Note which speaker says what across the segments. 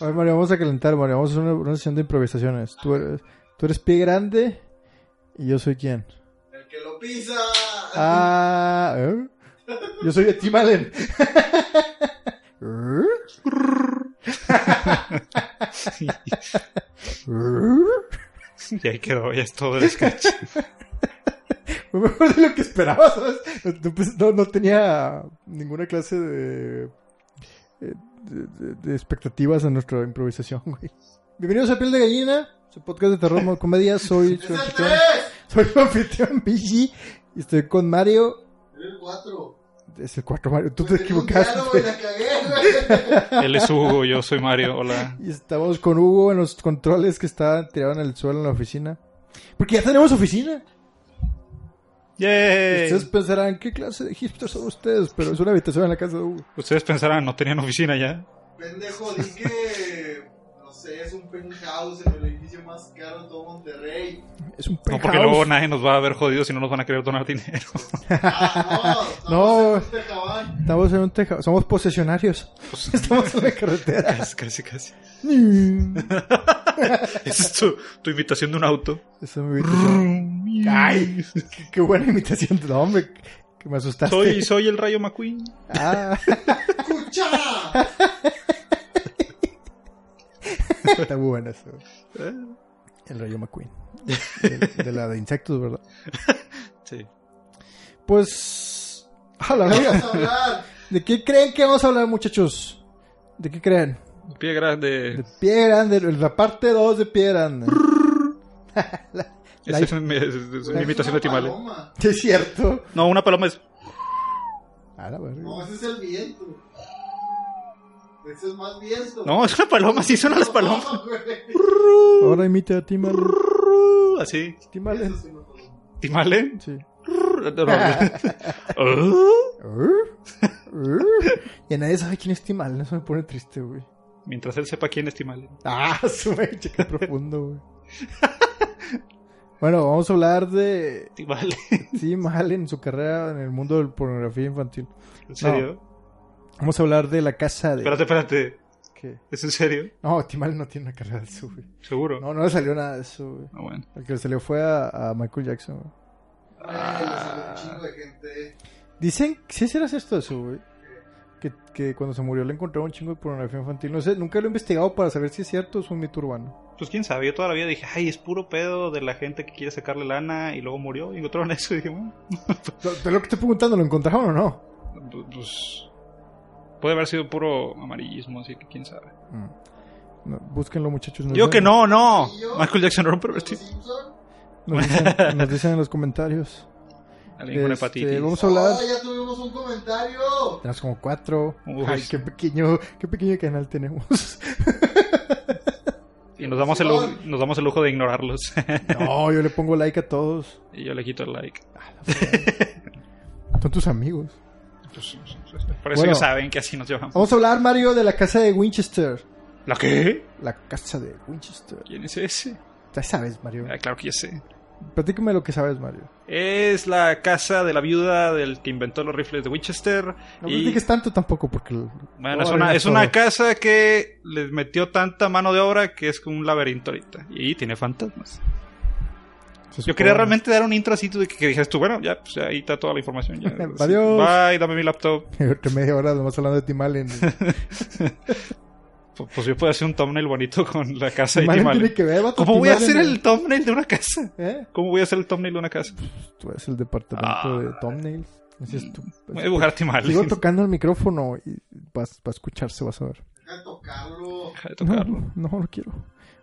Speaker 1: A ver, Mario, vamos a calentar, Mario. Vamos a hacer una, una sesión de improvisaciones. Tú eres, tú eres pie grande y yo soy quién.
Speaker 2: El que lo pisa.
Speaker 1: Ah, ¿eh? Yo soy de Tim Allen.
Speaker 3: Y ahí quedó, ya es todo el sketch.
Speaker 1: Fue mejor de lo que esperaba, ¿sabes? No, pues, no- no tenía ninguna clase de, de, de- de expectativas en nuestra improvisación, güey. Bienvenidos a Piel de Gallina, su podcast de terror, humor, comedia. Soy
Speaker 2: ¡Es
Speaker 1: su
Speaker 2: el
Speaker 1: anfitrión,
Speaker 2: 3!
Speaker 1: soy su anfitrión, Pichi, y estoy con Mario.
Speaker 2: Era el 4.
Speaker 1: Es el 4 Mario, tú te equivocaste.
Speaker 2: la cagué, güey.
Speaker 3: Él es Hugo, yo soy Mario, hola.
Speaker 1: Y estamos con Hugo en los controles que está tirado en el suelo en la oficina. Porque ya tenemos oficina.
Speaker 3: ¡Yay!
Speaker 1: Ustedes
Speaker 3: Ustedes,
Speaker 1: pensarán, ¿qué clase de hipsters son ustedes? Pero es una habitación en la casa de Hugo.
Speaker 3: pensarán, no tenían oficina ya.
Speaker 2: Pendejo, di que. No sé, es un penthouse en el edificio más caro de todo Monterrey.
Speaker 1: Es un
Speaker 3: No, porque
Speaker 1: penthouse.
Speaker 3: luego nadie nos va a ver jodidos y no nos van a querer donar dinero.
Speaker 2: Ah,
Speaker 1: No.
Speaker 2: no. estamos en un tejabán.
Speaker 1: Estamos en un tejado. Somos posesionarios.
Speaker 3: Pues,
Speaker 1: Estamos en la carretera.
Speaker 3: casi, casi, casi.
Speaker 1: Esa
Speaker 3: Esa es tu, tu invitación de un auto.
Speaker 1: es mi imitación.
Speaker 3: ¡Ay!
Speaker 1: Qué- Qué buena imitación. No, hombre, que me asustaste.
Speaker 3: Soy, soy el Rayo McQueen.
Speaker 1: Ah,
Speaker 2: ¡Cuchara!
Speaker 1: está muy buena esa.
Speaker 3: Ah,
Speaker 1: El rayo McQueen. De, de la de insectos, ¿verdad?
Speaker 3: Sí.
Speaker 1: Pues... A la
Speaker 2: Vamos
Speaker 1: verga.
Speaker 2: a hablar.
Speaker 1: ¿De qué creen que vamos a hablar, muchachos? ¿De qué creen?
Speaker 3: Pie grande.
Speaker 1: De pie grande, la parte 2 de pie grande.
Speaker 3: Esa es mi, es- es mi imitación de
Speaker 2: Una
Speaker 3: Timale.
Speaker 2: paloma.
Speaker 1: Es cierto.
Speaker 3: No, una paloma es.
Speaker 1: A la verga.
Speaker 2: No, ese es el viento. Ese es más viento.
Speaker 3: No, es una paloma, sí son las palomas.
Speaker 2: güey.
Speaker 1: Ahora imita a Tim Allen.
Speaker 3: Así.
Speaker 1: Tim
Speaker 2: Eso
Speaker 1: Allen.
Speaker 2: sí no paloma.
Speaker 3: Timale.
Speaker 1: Sí.
Speaker 3: Oh.
Speaker 1: Y a nadie sabe quién es Tim Allen. Eso me pone triste, güey.
Speaker 3: Mientras él sepa quién es Timale.
Speaker 1: Ah, su mecha, qué profundo, güey. Bueno, vamos a hablar de
Speaker 3: Timale.
Speaker 1: Tim Allen, su carrera en el mundo de la pornografía infantil.
Speaker 3: ¿En serio?
Speaker 1: Vamos a hablar de la casa de...
Speaker 3: Espérate, espérate.
Speaker 1: ¿Qué?
Speaker 3: ¿Es en serio?
Speaker 1: No, Tim Allen no tiene una carrera de eso, güey.
Speaker 3: ¿Seguro?
Speaker 1: No, no le salió nada de eso, güey.
Speaker 3: Ah, bueno.
Speaker 1: El que le salió fue a, a Michael Jackson, güey.
Speaker 2: Ay, le salió un chingo de gente.
Speaker 1: Dicen, ¿sí será esto eso, güey? Que, que cuando se murió le encontraron un chingo de pornografía infantil. No sé, nunca lo he investigado para saber si es cierto o es un mito urbano.
Speaker 3: Pues quién sabe, yo toda la vida dije, ay, es puro pedo de la gente que quiere sacarle lana y luego murió y encontraron eso y dije, bueno,
Speaker 1: Lo- De lo que estoy preguntando, ¿lo encontraron o no?
Speaker 3: pu- pues puede haber sido puro amarillismo, así que quién sabe.
Speaker 1: Pues Mm. No, búsquenlo, muchachos. nos
Speaker 3: Yo
Speaker 1: dicen-
Speaker 3: que no, no.
Speaker 2: ¿Y yo?
Speaker 3: Michael Jackson era un
Speaker 2: ¿Los
Speaker 3: pervertido.
Speaker 2: Simpson?
Speaker 1: Nos dicen, nos dicen en los comentarios.
Speaker 3: Alguien con
Speaker 1: Este,
Speaker 3: hepatitis.
Speaker 1: Vamos a hablar.
Speaker 2: Oh, ya tuvimos un comentario.
Speaker 1: Tenemos como cuatro.
Speaker 3: Uy.
Speaker 1: Ay, qué pequeño, qué pequeño canal tenemos.
Speaker 3: Y nos damos, el, lujo- nos damos el lujo de ignorarlos.
Speaker 1: No, yo le pongo like a todos.
Speaker 3: y yo le quito el like.
Speaker 1: Son tus amigos.
Speaker 3: Pues, por
Speaker 1: Bueno.
Speaker 3: eso
Speaker 1: Oh.
Speaker 3: ellos saben que así nos llevamos.
Speaker 1: Vamos a hablar, Mario, de la casa de Winchester.
Speaker 3: ¿La qué?
Speaker 1: La casa de Winchester.
Speaker 3: ¿Quién es ese?
Speaker 1: Ya sabes, Mario.
Speaker 3: Ah, claro que ya sé.
Speaker 1: Platícame lo que sabes, Mario.
Speaker 3: Es la casa de la viuda del que inventó los rifles de Winchester.
Speaker 1: No me
Speaker 3: y-
Speaker 1: digas tanto tampoco porque...
Speaker 3: Bueno,
Speaker 1: No,
Speaker 3: es, una,
Speaker 1: arruinas
Speaker 3: es una
Speaker 1: todo.
Speaker 3: casa que les metió tanta mano de obra que es como un laberinto ahorita. Y tiene fantasmas. Yo quería realmente dar un intro así de que, que dijeras tú, bueno, ya, pues ahí está toda la información. ya. Así,
Speaker 1: Adiós.
Speaker 3: Bye, dame mi laptop.
Speaker 1: Otra media hora nomás hablando de Tim Allen. Tim
Speaker 3: P- Pues yo puedo hacer un thumbnail bonito con la casa de
Speaker 1: Allen
Speaker 3: Tim Allen.
Speaker 1: tiene que ver, vato,
Speaker 3: ¿Cómo
Speaker 1: Tim
Speaker 3: voy a
Speaker 1: Allen,
Speaker 3: hacer
Speaker 1: eh.
Speaker 3: el thumbnail de una casa?
Speaker 1: ¿Eh? Pues,
Speaker 3: ¿Cómo voy a hacer el thumbnail de una casa?
Speaker 1: Tú eres el departamento
Speaker 3: Ah.
Speaker 1: de thumbnails. Así es tú.
Speaker 3: Voy a
Speaker 1: pues,
Speaker 3: dibujar a Tim Allen.
Speaker 1: Sigo tocando el micrófono y vas, va a escucharse, vas a ver.
Speaker 2: Deja de tocarlo.
Speaker 3: Deja de
Speaker 1: No,
Speaker 3: tocarlo.
Speaker 1: no, no lo quiero.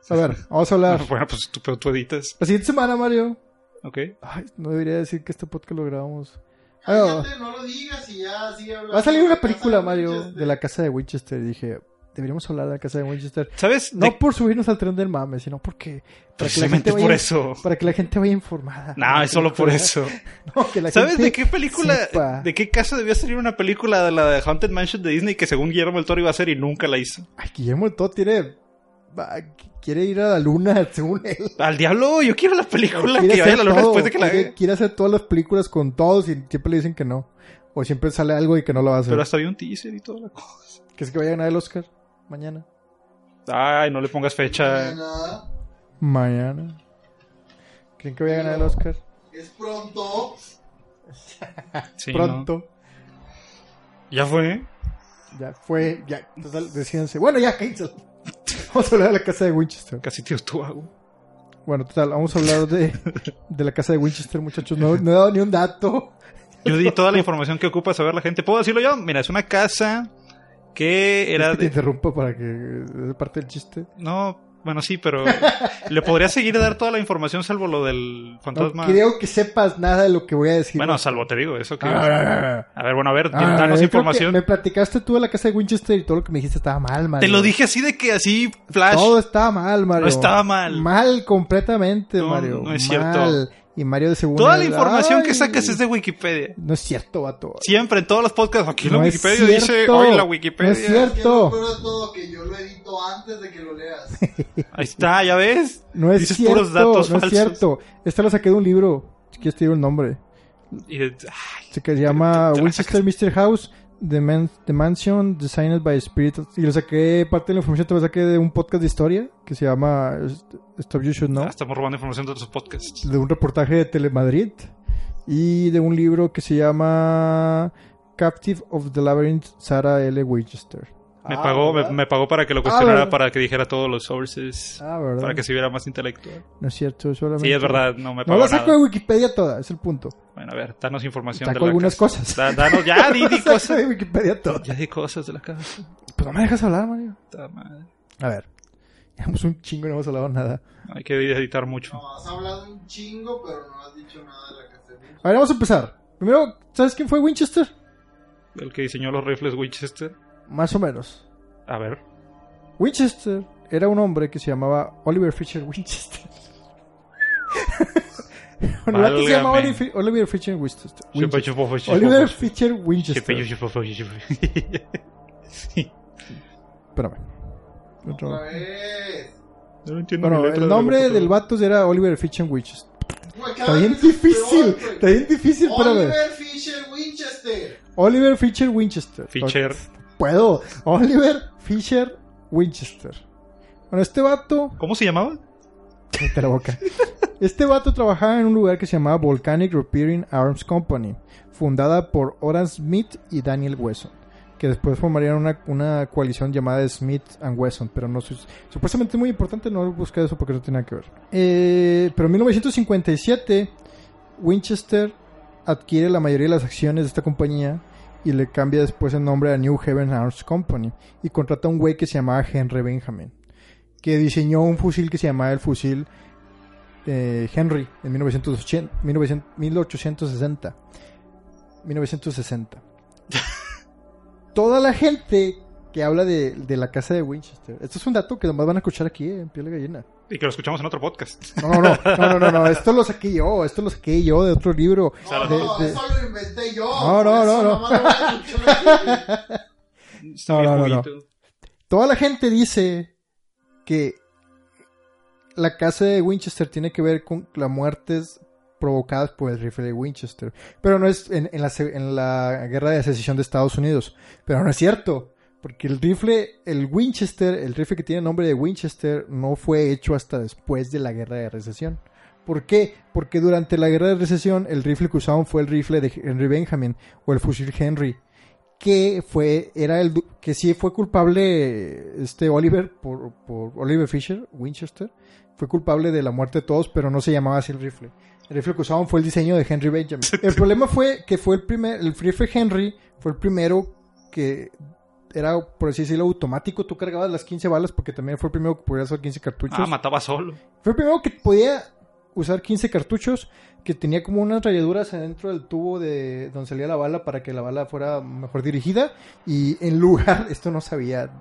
Speaker 1: A ver, vamos a hablar.
Speaker 3: Bueno, pues tú, pero tú editas.
Speaker 1: La siguiente semana, Mario.
Speaker 3: Ok.
Speaker 1: Ay, no debería decir que este podcast lo grabamos. Ah, no.
Speaker 2: Cállate, no lo digas y ya sigue hablando.
Speaker 1: Va a salir
Speaker 2: de
Speaker 1: una
Speaker 2: la casa
Speaker 1: película,
Speaker 2: de
Speaker 1: Mario,
Speaker 2: Winchester.
Speaker 1: de la casa de Winchester. Y dije, deberíamos hablar de la casa de Winchester.
Speaker 3: ¿Sabes?
Speaker 1: No
Speaker 3: De-
Speaker 1: por subirnos al tren del mame, sino porque. para que la gente
Speaker 3: precisamente por
Speaker 1: vaya-
Speaker 3: eso.
Speaker 1: Para que la gente vaya informada.
Speaker 3: No, es solo por eso.
Speaker 1: No, que la
Speaker 3: ¿Sabes
Speaker 1: gente
Speaker 3: de qué película,
Speaker 1: sepa.
Speaker 3: de qué casa debió salir una película de la de Haunted Mansion de Disney que según Guillermo el Toro iba a hacer y nunca la hizo?
Speaker 1: Ay, Guillermo del Toro tiene. va, quiere ir a la luna, según él.
Speaker 3: Al diablo, yo quiero la película
Speaker 1: Quiere
Speaker 3: que vaya a la
Speaker 1: hacer
Speaker 3: luna
Speaker 1: todo,
Speaker 3: después de que la
Speaker 1: quiere,
Speaker 3: vea.
Speaker 1: quiere hacer todas las películas con todos y siempre le dicen que no. O siempre sale algo y que no lo va a hacer.
Speaker 3: Pero hasta vi un teaser y toda la cosa.
Speaker 1: ¿Crees que vaya a ganar el Oscar mañana?
Speaker 3: Ay, no le pongas fecha.
Speaker 2: Mañana.
Speaker 1: Mañana. ¿Creen que voy a ganar el Oscar?
Speaker 2: Es pronto.
Speaker 3: Sí, ¿no?
Speaker 1: Pronto.
Speaker 3: Ya fue.
Speaker 1: Ya fue, ya. Total, decídanse. Bueno, ya, cállense. Vamos a hablar de la casa de Winchester.
Speaker 3: Casi tío tú hago.
Speaker 1: Bueno, total, vamos a hablar de, de la casa de Winchester, muchachos. No, no he dado ni un dato.
Speaker 3: Yo di toda la información que ocupa saber la gente. ¿Puedo decirlo yo? Mira, es una casa que
Speaker 1: Es
Speaker 3: era
Speaker 1: que Te
Speaker 3: de...
Speaker 1: interrumpo para que es parte del chiste.
Speaker 3: No, bueno, sí, pero le podría seguir dar toda la información salvo lo del
Speaker 1: No
Speaker 3: fantasma.
Speaker 1: creo que sepas nada de lo que voy a decir.
Speaker 3: Bueno, salvo te digo, eso que...
Speaker 1: Ah, ah, ah, ah.
Speaker 3: A ver, bueno, a ver,
Speaker 1: Ah, yo creo
Speaker 3: danos
Speaker 1: que
Speaker 3: información.
Speaker 1: Me platicaste tú de la casa de Winchester y todo lo que me dijiste estaba mal, Mario.
Speaker 3: Te lo dije así de que así, Flash.
Speaker 1: Todo estaba mal, Mario.
Speaker 3: No estaba mal.
Speaker 1: Mal completamente,
Speaker 3: No,
Speaker 1: Mario.
Speaker 3: no es cierto.
Speaker 1: Mal. Y Mario de segunda.
Speaker 3: Toda la información que
Speaker 1: Ay,
Speaker 3: sacas es de Wikipedia.
Speaker 1: No es cierto, vato.
Speaker 3: Siempre, en todos los podcasts, aquí
Speaker 1: No
Speaker 3: la
Speaker 1: es
Speaker 3: Wikipedia dice,
Speaker 1: cierto.
Speaker 3: hoy la
Speaker 1: No es
Speaker 3: Wikipedia.
Speaker 1: cierto.
Speaker 2: Es que lo peor de todo que yo lo edito antes de que lo leas.
Speaker 3: Ahí está, ya ves.
Speaker 1: No es
Speaker 3: Dices
Speaker 1: cierto.
Speaker 3: puros datos
Speaker 1: no
Speaker 3: falsos.
Speaker 1: es cierto. Esta la saqué de un libro. Si quieres te digo el nombre.
Speaker 3: Y, ah, ay,
Speaker 1: Se que se llama
Speaker 3: Te- te la
Speaker 1: Winchester Mystery House, The, Man- The Mansion Designed by Spirit. of- Y lo saqué, parte de la información te la saqué de un podcast de historia que se llama eh, Stuff You Should Know.
Speaker 3: ah, estamos robando información de otros podcasts.
Speaker 1: de un reportaje de Telemadrid y de un libro que se llama Captive of the Labyrinth, Sarah L. Winchester.
Speaker 3: Me,
Speaker 1: Ah,
Speaker 3: pagó, me,
Speaker 1: ¿verdad? Ah,
Speaker 3: me pagó para que lo cuestionara,
Speaker 1: ¿verdad?
Speaker 3: para que dijera todos los sources,
Speaker 1: Ah, ¿verdad?
Speaker 3: para que se viera más intelectual.
Speaker 1: No es cierto, solamente.
Speaker 3: Sí, es verdad, no me
Speaker 1: No
Speaker 3: pagó
Speaker 1: la saco
Speaker 3: nada.
Speaker 1: de Wikipedia toda, es el punto.
Speaker 3: Bueno, a ver, danos información de
Speaker 1: Saco
Speaker 3: la
Speaker 1: algunas
Speaker 3: casa.
Speaker 1: cosas.
Speaker 3: Da- danos, ya, Ah, di,
Speaker 1: No la
Speaker 3: di
Speaker 1: saco
Speaker 3: cosas.
Speaker 1: de Wikipedia toda.
Speaker 3: Ya di cosas de la casa.
Speaker 1: Pues no me dejas hablar, Mario.
Speaker 3: Puta madre.
Speaker 1: A ver. Llevamos un chingo y no hemos hablado nada.
Speaker 3: Hay que editar mucho.
Speaker 2: No, has hablado un chingo, pero no has dicho nada de la casa de Winchester.
Speaker 1: A ver, vamos a empezar. Primero, ¿sabes quién fue Winchester?
Speaker 3: El que diseñó los rifles Winchester.
Speaker 1: Más o menos.
Speaker 3: A ver.
Speaker 1: Winchester era un hombre que se llamaba Oliver Fisher Winchester. Un vato que se llamaba
Speaker 3: Válgame.
Speaker 1: Oliver, Oliver Fisher Winchester. Winchester. Oliver
Speaker 3: Oliver
Speaker 1: Fisher Winchester. Espérame. Otro-
Speaker 2: Otra vez.
Speaker 3: No entiendo
Speaker 1: Bueno,
Speaker 3: mi letra
Speaker 1: el
Speaker 3: de
Speaker 1: nombre
Speaker 3: locutor.
Speaker 1: del vato era Oliver Fisher Winchester.
Speaker 2: Güey, cada
Speaker 1: Está bien
Speaker 2: vez es
Speaker 1: difícil.
Speaker 2: peor, güey.
Speaker 1: Está bien difícil, espérame.
Speaker 2: Oliver Fisher Winchester.
Speaker 1: Oliver Fisher Winchester.
Speaker 3: Fisher.
Speaker 1: Puedo. Oliver Fisher Winchester. Bueno, este vato
Speaker 3: ¿Cómo se llamaba?
Speaker 1: Cállate la boca. Este vato trabajaba en un lugar que se llamaba Volcanic Repairing Arms Company, fundada por Oran Smith y Daniel Wesson, que después formarían una, una coalición llamada Smith and Wesson, pero no sus- supuestamente muy importante, no busqué eso porque no tiene nada que ver. Eh, pero en 1957 Winchester adquiere la mayoría de las acciones de esta compañía y le cambia después el nombre a New Haven Arms Company y contrata a un güey que se llamaba Henry Benjamin que diseñó un fusil que se llamaba el fusil eh, Henry en 1980, 1900 1860. 1960. Toda la gente que habla de, de la casa de Winchester. Esto es un dato que nomás van a escuchar aquí eh, en piel de gallina.
Speaker 3: Y que lo escuchamos en otro podcast.
Speaker 1: No, no, no, no, no, no, no, Esto lo saqué yo. Esto lo saqué yo de otro libro.
Speaker 2: No,
Speaker 1: De-
Speaker 2: no,
Speaker 1: de-
Speaker 2: eso lo inventé yo.
Speaker 1: No, no,
Speaker 2: por eso
Speaker 1: no, no.
Speaker 2: nomás lo voy a escuchar aquí.
Speaker 3: Está
Speaker 1: No,
Speaker 3: bien
Speaker 1: no, no, no.
Speaker 3: juguito.
Speaker 1: Toda la gente dice que la casa de Winchester tiene que ver con las muertes provocadas por el rifle de Winchester. Pero no es en, en la, se- en la guerra de secesión de Estados Unidos. Pero no es cierto. Porque el rifle, el Winchester, el rifle que tiene nombre de Winchester, no fue hecho hasta después de la guerra de recesión. ¿Por qué? Porque durante la guerra de recesión el rifle que usaban fue el rifle de Henry Benjamin o el fusil Henry que fue era el du- que sí fue culpable este Oliver por, por Oliver Fisher Winchester fue culpable de la muerte de todos pero no se llamaba así el rifle el rifle que usaban fue el diseño de Henry Benjamin el problema fue que fue el primer el rifle Henry fue el primero que era por así decirlo automático tú cargabas las 15 balas porque también fue el primero que podía usar 15 cartuchos
Speaker 3: Ah, mataba solo.
Speaker 1: fue el primero que podía usar 15 cartuchos que tenía como unas rayaduras adentro del tubo de donde salía la bala para que la bala fuera mejor dirigida y en lugar, esto no sabía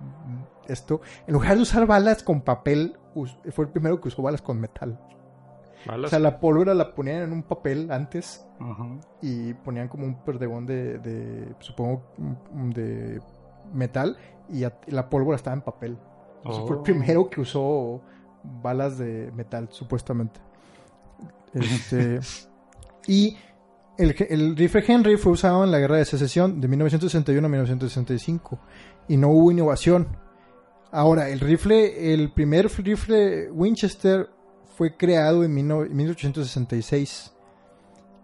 Speaker 1: esto, en lugar de usar balas con papel, us- fue el primero que usó balas con metal. O
Speaker 3: Balas.
Speaker 1: sea, la pólvora la ponían en un papel antes
Speaker 3: Ajá.
Speaker 1: y ponían como un perdegón de, de supongo, mm, de metal y a- y la pólvora estaba en papel. Entonces, Pues, Fue el
Speaker 3: Oh.
Speaker 1: primero que usó balas de metal, supuestamente. Este, y el, ge- el rifle Henry fue usado en la Guerra de Secesión de 1961 a 1965 y no hubo innovación. Ahora, el rifle, el primer rifle Winchester fue creado en 1866,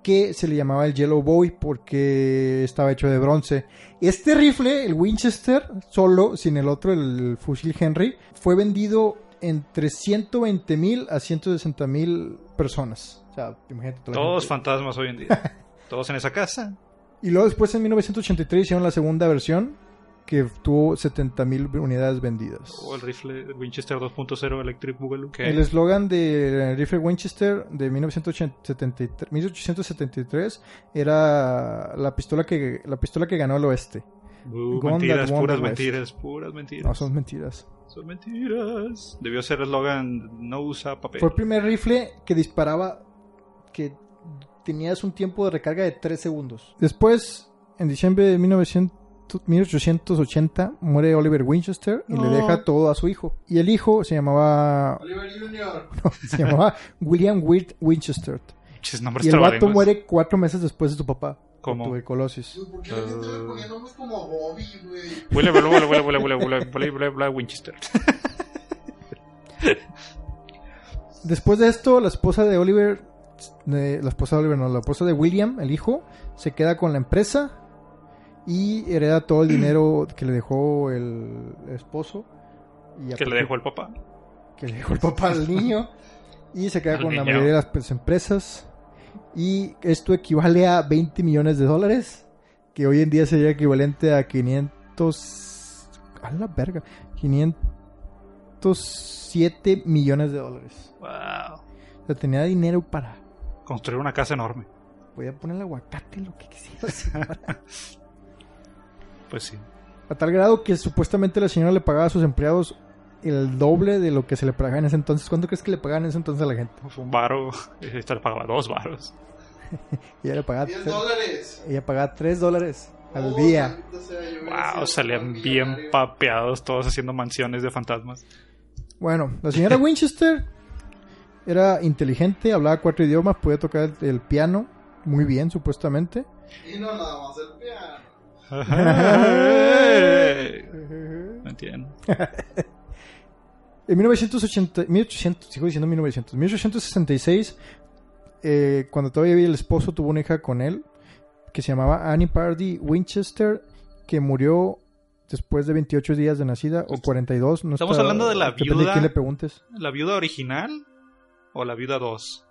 Speaker 1: que se le llamaba el Yellow Boy porque estaba hecho de bronce. Este rifle, el Winchester, solo, sin el otro, el fusil Henry, fue vendido entre 120 mil a 160 mil personas. O sea, imagínate toda la
Speaker 3: Todos
Speaker 1: gente.
Speaker 3: fantasmas hoy en día. Todos en esa casa.
Speaker 1: Y luego después en 1983 hicieron la segunda versión que tuvo 70.000 unidades vendidas.
Speaker 3: O el rifle Winchester 2.0 Electric Boogaloo. que-
Speaker 1: El eslogan del rifle Winchester de 1973 1873 era la pistola que la pistola que ganó el oeste.
Speaker 3: Uh,
Speaker 1: Gone
Speaker 3: mentiras,
Speaker 1: that won
Speaker 3: puras
Speaker 1: the West.
Speaker 3: mentiras, puras mentiras.
Speaker 1: No son mentiras.
Speaker 3: Son mentiras. Debió ser el eslogan no usa papel.
Speaker 1: Fue el primer rifle que disparaba que tenías un tiempo de recarga de 3 segundos. Después, en diciembre de 1900 1880, muere Oliver Winchester y
Speaker 3: No.
Speaker 1: le deja todo a su hijo. Y el hijo se llamaba
Speaker 2: Oliver Junior.
Speaker 1: se llamaba William Wirt Winchester.
Speaker 3: Pinches nombres
Speaker 1: Y el vato
Speaker 3: trabalenguas.
Speaker 1: muere cuatro meses después de su papá.
Speaker 3: ¿Cómo?
Speaker 1: Por tuberculosis.
Speaker 2: Dude, Pues, ¿Por qué la gente le ponía nombres como Bobby, güey?
Speaker 3: Huele, huele, huele, huele, huele, huele, huele, huele, huele, huele, Winchester.
Speaker 1: Después de esto, la esposa de Oliver, de- la esposa de Oliver, no, la esposa de William, el hijo, se queda con la empresa y hereda todo el dinero que le dejó el esposo. Y
Speaker 3: que le dejó el papá.
Speaker 1: que le dejó el papá al niño y se queda
Speaker 3: Al
Speaker 1: con la
Speaker 3: niño.
Speaker 1: mayoría de las pues, empresas y esto equivale a 20 millones de dólares que hoy en día sería equivalente a 500 a la verga 507 millones de dólares
Speaker 3: Wow.
Speaker 1: o sea tenía dinero para
Speaker 3: Construir una casa enorme.
Speaker 1: podía poner el aguacate lo que quisiera
Speaker 3: Pues sí.
Speaker 1: a tal grado que supuestamente la señora le pagaba a sus empleados el doble de lo que se le pagaba en ese entonces ¿cuánto crees que le pagaban en ese entonces a la gente?
Speaker 3: Fue un varo. Esta le pagaba dos varos.
Speaker 1: ella le pagaba
Speaker 2: 10
Speaker 1: tres-
Speaker 2: dólares.
Speaker 1: Ella pagaba 3 dólares Ah, al
Speaker 2: Oh,
Speaker 1: día.
Speaker 2: maldita sea, yo hubiera
Speaker 3: Wow,
Speaker 2: sido
Speaker 3: salían
Speaker 2: un
Speaker 3: bien
Speaker 2: millonario.
Speaker 3: papeados todos haciendo mansiones de fantasmas.
Speaker 1: Bueno, la señora Winchester era inteligente, hablaba cuatro idiomas, podía tocar el, el piano muy bien, supuestamente.
Speaker 2: Y no nada más el piano.
Speaker 3: no entiendo.
Speaker 1: En 1980, 1800, sigo diciendo 1900, 1866, eh, cuando todavía vivía el esposo, tuvo una hija con él que se llamaba Annie Pardy Winchester, que murió después de 28 días de nacida o 42. No
Speaker 3: Estamos
Speaker 1: está-
Speaker 3: hablando de la
Speaker 1: depende
Speaker 3: viuda.
Speaker 1: de quién le preguntes.
Speaker 3: ¿La viuda original o la viuda 2?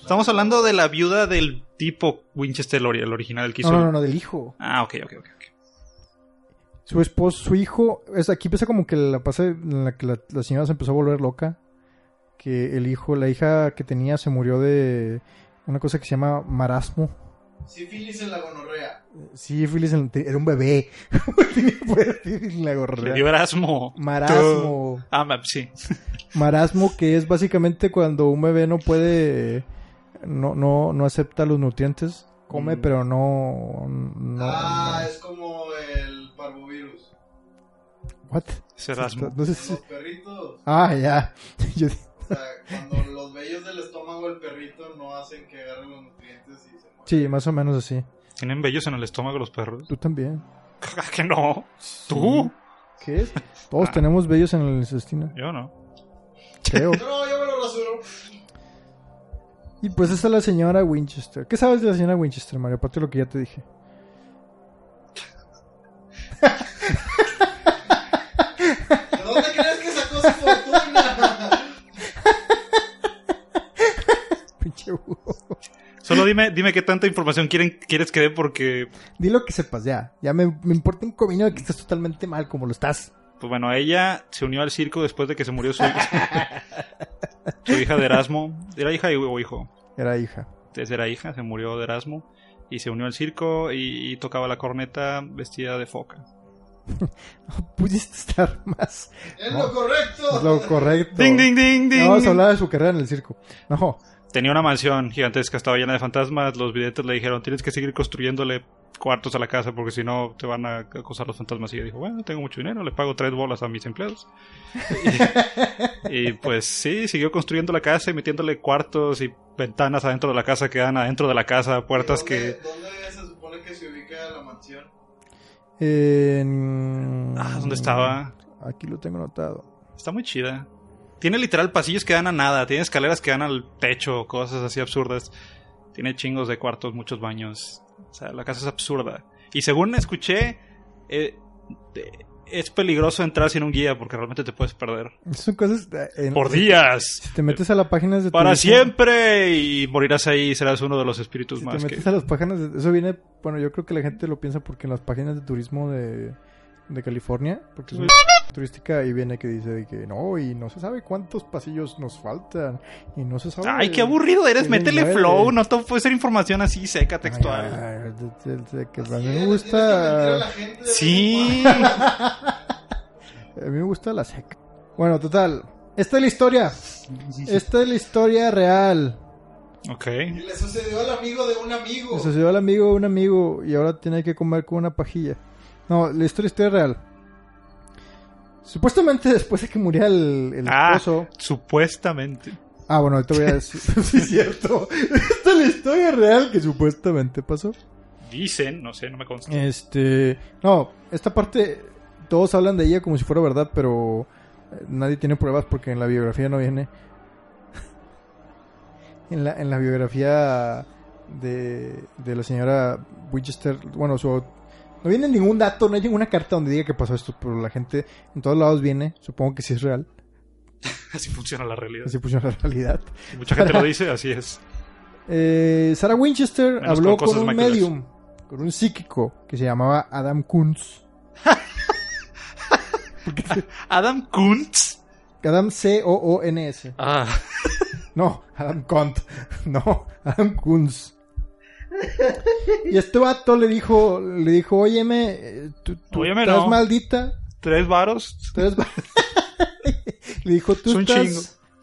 Speaker 3: Estamos hablando de la viuda del tipo Winchester, el ori- el original, el que hizo.
Speaker 1: No, no, no, del hijo.
Speaker 3: Ah, ok, ok, ok. ok.
Speaker 1: su esposo, su hijo, es, aquí empieza como que la pasa en la que la, la señora se empezó a volver loca, que el hijo, la hija que tenía se murió de una cosa que se llama marasmo.
Speaker 2: Sífilis en la gonorrea.
Speaker 1: Sí, Phyllis en- era un bebé. Tenía poder en la
Speaker 3: Le
Speaker 1: gorra.
Speaker 3: dio Erasmo.
Speaker 1: Marasmo.
Speaker 3: Ah, ma- sí.
Speaker 1: Marasmo que es básicamente cuando un bebé no puede, no, no, no acepta los nutrientes, come
Speaker 3: Mm.
Speaker 1: pero no, no,
Speaker 2: ah,
Speaker 1: no-
Speaker 2: es como el parvovirus.
Speaker 1: What?
Speaker 3: Es Erasmo.
Speaker 1: No sé si-
Speaker 2: Los perritos.
Speaker 1: Ah, ya. Yo-
Speaker 2: O sea, cuando los vellos del estómago del perrito no hacen que agarren los nutrientes y se mueran.
Speaker 1: sí, más o menos así.
Speaker 3: ¿Tienen vellos en el estómago los perros?
Speaker 1: Tú también.
Speaker 3: Claro que no. ¿Tú? Ah.
Speaker 1: ¿Qué es? Todos tenemos vellos en el intestino.
Speaker 3: Yo no.
Speaker 1: Creo.
Speaker 2: No, yo me lo rasuro.
Speaker 1: Y pues esa es la señora Winchester. ¿Qué sabes de la señora Winchester, Mario? Aparte de lo que ya te dije.
Speaker 2: ¿De dónde crees que sacó su fortuna?
Speaker 1: Pinche Hugo.
Speaker 3: Solo dime, dime qué tanta información quieren, quieres que dé porque,
Speaker 1: Di lo que sepas ya. Ya me, me importa un comino de que estás totalmente mal como lo estás.
Speaker 3: pues bueno, ella se unió al circo después de que se murió su, su hija de Erasmo. ¿Era hija o hijo?
Speaker 1: Era hija.
Speaker 3: Entonces era hija, se murió de Erasmo y se unió al circo y, y tocaba la corneta vestida de foca.
Speaker 1: No pudiste estar más.
Speaker 2: Es
Speaker 1: No.
Speaker 2: lo correcto.
Speaker 1: Es lo correcto.
Speaker 3: Ding, ding, ding,
Speaker 1: Ya
Speaker 3: ding.
Speaker 1: Vamos a hablar de su carrera en el circo. No.
Speaker 3: Tenía una mansión gigantesca, estaba llena de fantasmas. Los videntes le dijeron: Tienes que seguir construyéndole cuartos a la casa porque si no te van a acosar los fantasmas. Y ella dijo: Bueno, tengo mucho dinero, le pago tres bolas a mis empleados. y, y, pues sí, siguió construyendo la casa y metiéndole cuartos y ventanas adentro de la casa que dan adentro de la casa, puertas
Speaker 2: ¿Dónde-
Speaker 3: que.
Speaker 2: ¿Dónde se supone que se ubica la mansión?
Speaker 1: En... Ah,
Speaker 3: Ah, ¿dónde estaba?
Speaker 1: Aquí lo tengo anotado.
Speaker 3: Está muy chida. Tiene literal pasillos que dan a nada, tiene escaleras que dan al techo, cosas así absurdas. Tiene chingos de cuartos, muchos baños. O sea, la casa es absurda. Y según escuché, eh, te- es peligroso entrar sin un guía porque realmente te puedes perder.
Speaker 1: Son cosas. eh, en-
Speaker 3: Por días.
Speaker 1: Si te metes a las páginas de
Speaker 3: Para
Speaker 1: turismo-
Speaker 3: siempre y morirás ahí y serás uno de los espíritus
Speaker 1: Si te
Speaker 3: Pues más que...
Speaker 1: metes a las páginas, de- eso viene, bueno, yo creo que la gente lo piensa porque en las páginas de turismo de, de California, porque es una turística y viene que dice de que no, y no se sabe cuántos pasillos nos faltan, y no se sabe...
Speaker 3: Ay, qué aburrido eres,
Speaker 1: Tiene
Speaker 3: métele
Speaker 1: nueve.
Speaker 3: flow, no todo puede ser información así seca,
Speaker 1: Ay,
Speaker 3: textual.
Speaker 1: ay, de- de- de que a
Speaker 2: Así
Speaker 1: mí
Speaker 2: es,
Speaker 1: me
Speaker 2: tienes que mentir a la
Speaker 1: gusta...
Speaker 2: gente de vez en
Speaker 3: Sí.
Speaker 1: A mí me gusta la seca. Bueno, total. Esta es la historia. Esta es la historia real.
Speaker 3: ok.
Speaker 2: cuando. Y le sucedió al amigo de un amigo.
Speaker 1: Le sucedió al amigo de un amigo y ahora tiene que comer con una pajilla. No, la historia está real. Supuestamente después de que muriera el, el
Speaker 3: Ah.
Speaker 1: esposo.
Speaker 3: Supuestamente.
Speaker 1: Ah, bueno, te voy a decir. sí, es cierto. Esta es la historia real que supuestamente pasó.
Speaker 3: Dicen, no sé, no me consta.
Speaker 1: Este. No, esta parte. Todos hablan de ella como si fuera verdad, pero eh, nadie tiene pruebas porque en la biografía no viene. en, la, en la biografía de, de la señora Winchester, bueno, su. No viene ningún dato, no hay ninguna carta donde diga que pasó esto, pero la gente en todos lados viene, supongo que sí es real,
Speaker 3: Así funciona la realidad.
Speaker 1: así pusieron la realidad.
Speaker 3: Si Mucha gente lo dice, así es.
Speaker 1: Eh, Sarah Winchester
Speaker 3: Menos
Speaker 1: habló
Speaker 3: con
Speaker 1: con
Speaker 3: cosas
Speaker 1: un
Speaker 3: maquilas.
Speaker 1: medium, con un psíquico que se llamaba Adam Kuntz.
Speaker 3: Adam Kuntz.
Speaker 1: Adam C-O-O-N-S.
Speaker 3: Ah.
Speaker 1: No, Adam Kant. No, Adam Kunz. Y este vato le dijo, le dijo, óyeme, eh, tú, tú
Speaker 3: Óyeme,
Speaker 1: estás
Speaker 3: no.
Speaker 1: maldita.
Speaker 3: Tres varos.
Speaker 1: tú eres ma-". le dijo, tú
Speaker 3: Es un
Speaker 1: estás,
Speaker 3: chingo.